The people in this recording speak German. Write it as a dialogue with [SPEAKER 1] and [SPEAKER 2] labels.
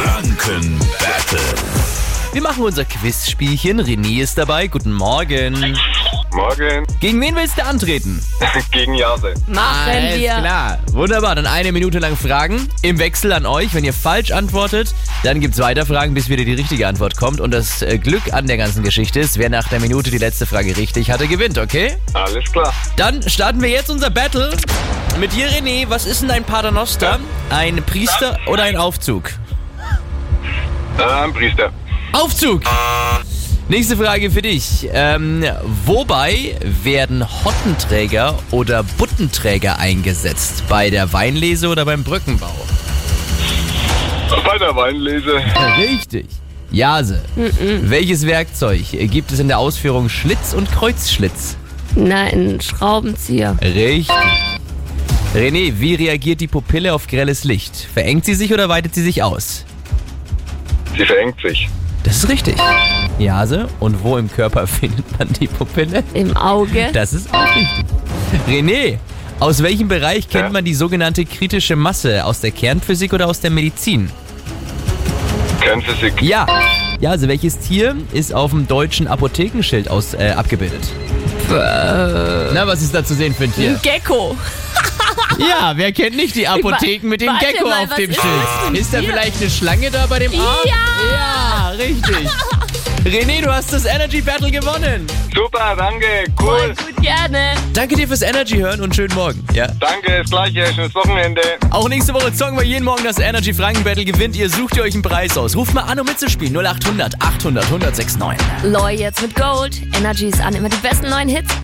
[SPEAKER 1] Franken Battle.
[SPEAKER 2] Wir machen unser Quizspielchen. René ist dabei. Guten Morgen.
[SPEAKER 3] Morgen
[SPEAKER 2] Gegen wen willst du antreten?
[SPEAKER 3] gegen Jase.
[SPEAKER 4] Machen
[SPEAKER 2] Alles
[SPEAKER 4] wir.
[SPEAKER 2] klar. Wunderbar. Dann eine Minute lang Fragen im Wechsel an euch. Wenn ihr falsch antwortet, dann gibt's weiter Fragen, bis wieder die richtige Antwort kommt. Und das äh, Glück an der ganzen Geschichte ist, wer nach der Minute die letzte Frage richtig hatte, gewinnt, okay?
[SPEAKER 3] Alles klar.
[SPEAKER 2] Dann starten wir jetzt unser Battle. Mit dir, René, was ist denn ein Paternoster? Ein Priester oder ein Aufzug?
[SPEAKER 3] Ähm, Priester.
[SPEAKER 2] Aufzug! Nächste Frage für dich. Ähm, wobei werden Hottenträger oder Buttenträger eingesetzt? Bei der Weinlese oder beim Brückenbau?
[SPEAKER 3] Bei der Weinlese.
[SPEAKER 2] Richtig. Jase, welches Werkzeug gibt es in der Ausführung Schlitz und Kreuzschlitz?
[SPEAKER 4] Nein, Schraubenzieher.
[SPEAKER 2] Richtig. René, wie reagiert die Pupille auf grelles Licht? Verengt sie sich oder weitet sie sich aus?
[SPEAKER 3] Sie verengt sich.
[SPEAKER 2] Das ist richtig. Jase, und wo im Körper findet man die Pupille?
[SPEAKER 4] Im Auge.
[SPEAKER 2] Das ist auch richtig. René, aus welchem Bereich kennt
[SPEAKER 3] Ja.
[SPEAKER 2] man die sogenannte kritische Masse? Aus der Kernphysik oder aus der Medizin?
[SPEAKER 3] Kernphysik.
[SPEAKER 2] Ja. Ja, also welches Tier ist auf dem deutschen Apothekenschild aus, äh, abgebildet? Na, was ist da zu sehen für ein Tier?
[SPEAKER 4] Ein Gecko.
[SPEAKER 2] Ja, wer kennt nicht die Apotheken mit dem
[SPEAKER 4] warte
[SPEAKER 2] Gecko
[SPEAKER 4] mal,
[SPEAKER 2] auf
[SPEAKER 4] was
[SPEAKER 2] dem
[SPEAKER 4] ist das für ein
[SPEAKER 2] Schild? Ist da
[SPEAKER 4] Tier?
[SPEAKER 2] vielleicht eine Schlange da bei dem Arm? Ja, richtig. René, du hast das Energy Battle gewonnen.
[SPEAKER 3] Super, danke. Cool.
[SPEAKER 4] Gut, gerne.
[SPEAKER 2] Danke dir fürs Energy hören und schönen Morgen. Ja.
[SPEAKER 3] Danke, das gleiche. Schönes Wochenende.
[SPEAKER 2] Auch nächste Woche zocken wir jeden Morgen das Energy Franken Battle. Gewinnt ihr, sucht ihr euch einen Preis aus. Ruft mal an, um mitzuspielen. 0800 800 1069.
[SPEAKER 4] Loi jetzt mit Gold. Energy ist an immer die besten neuen Hits.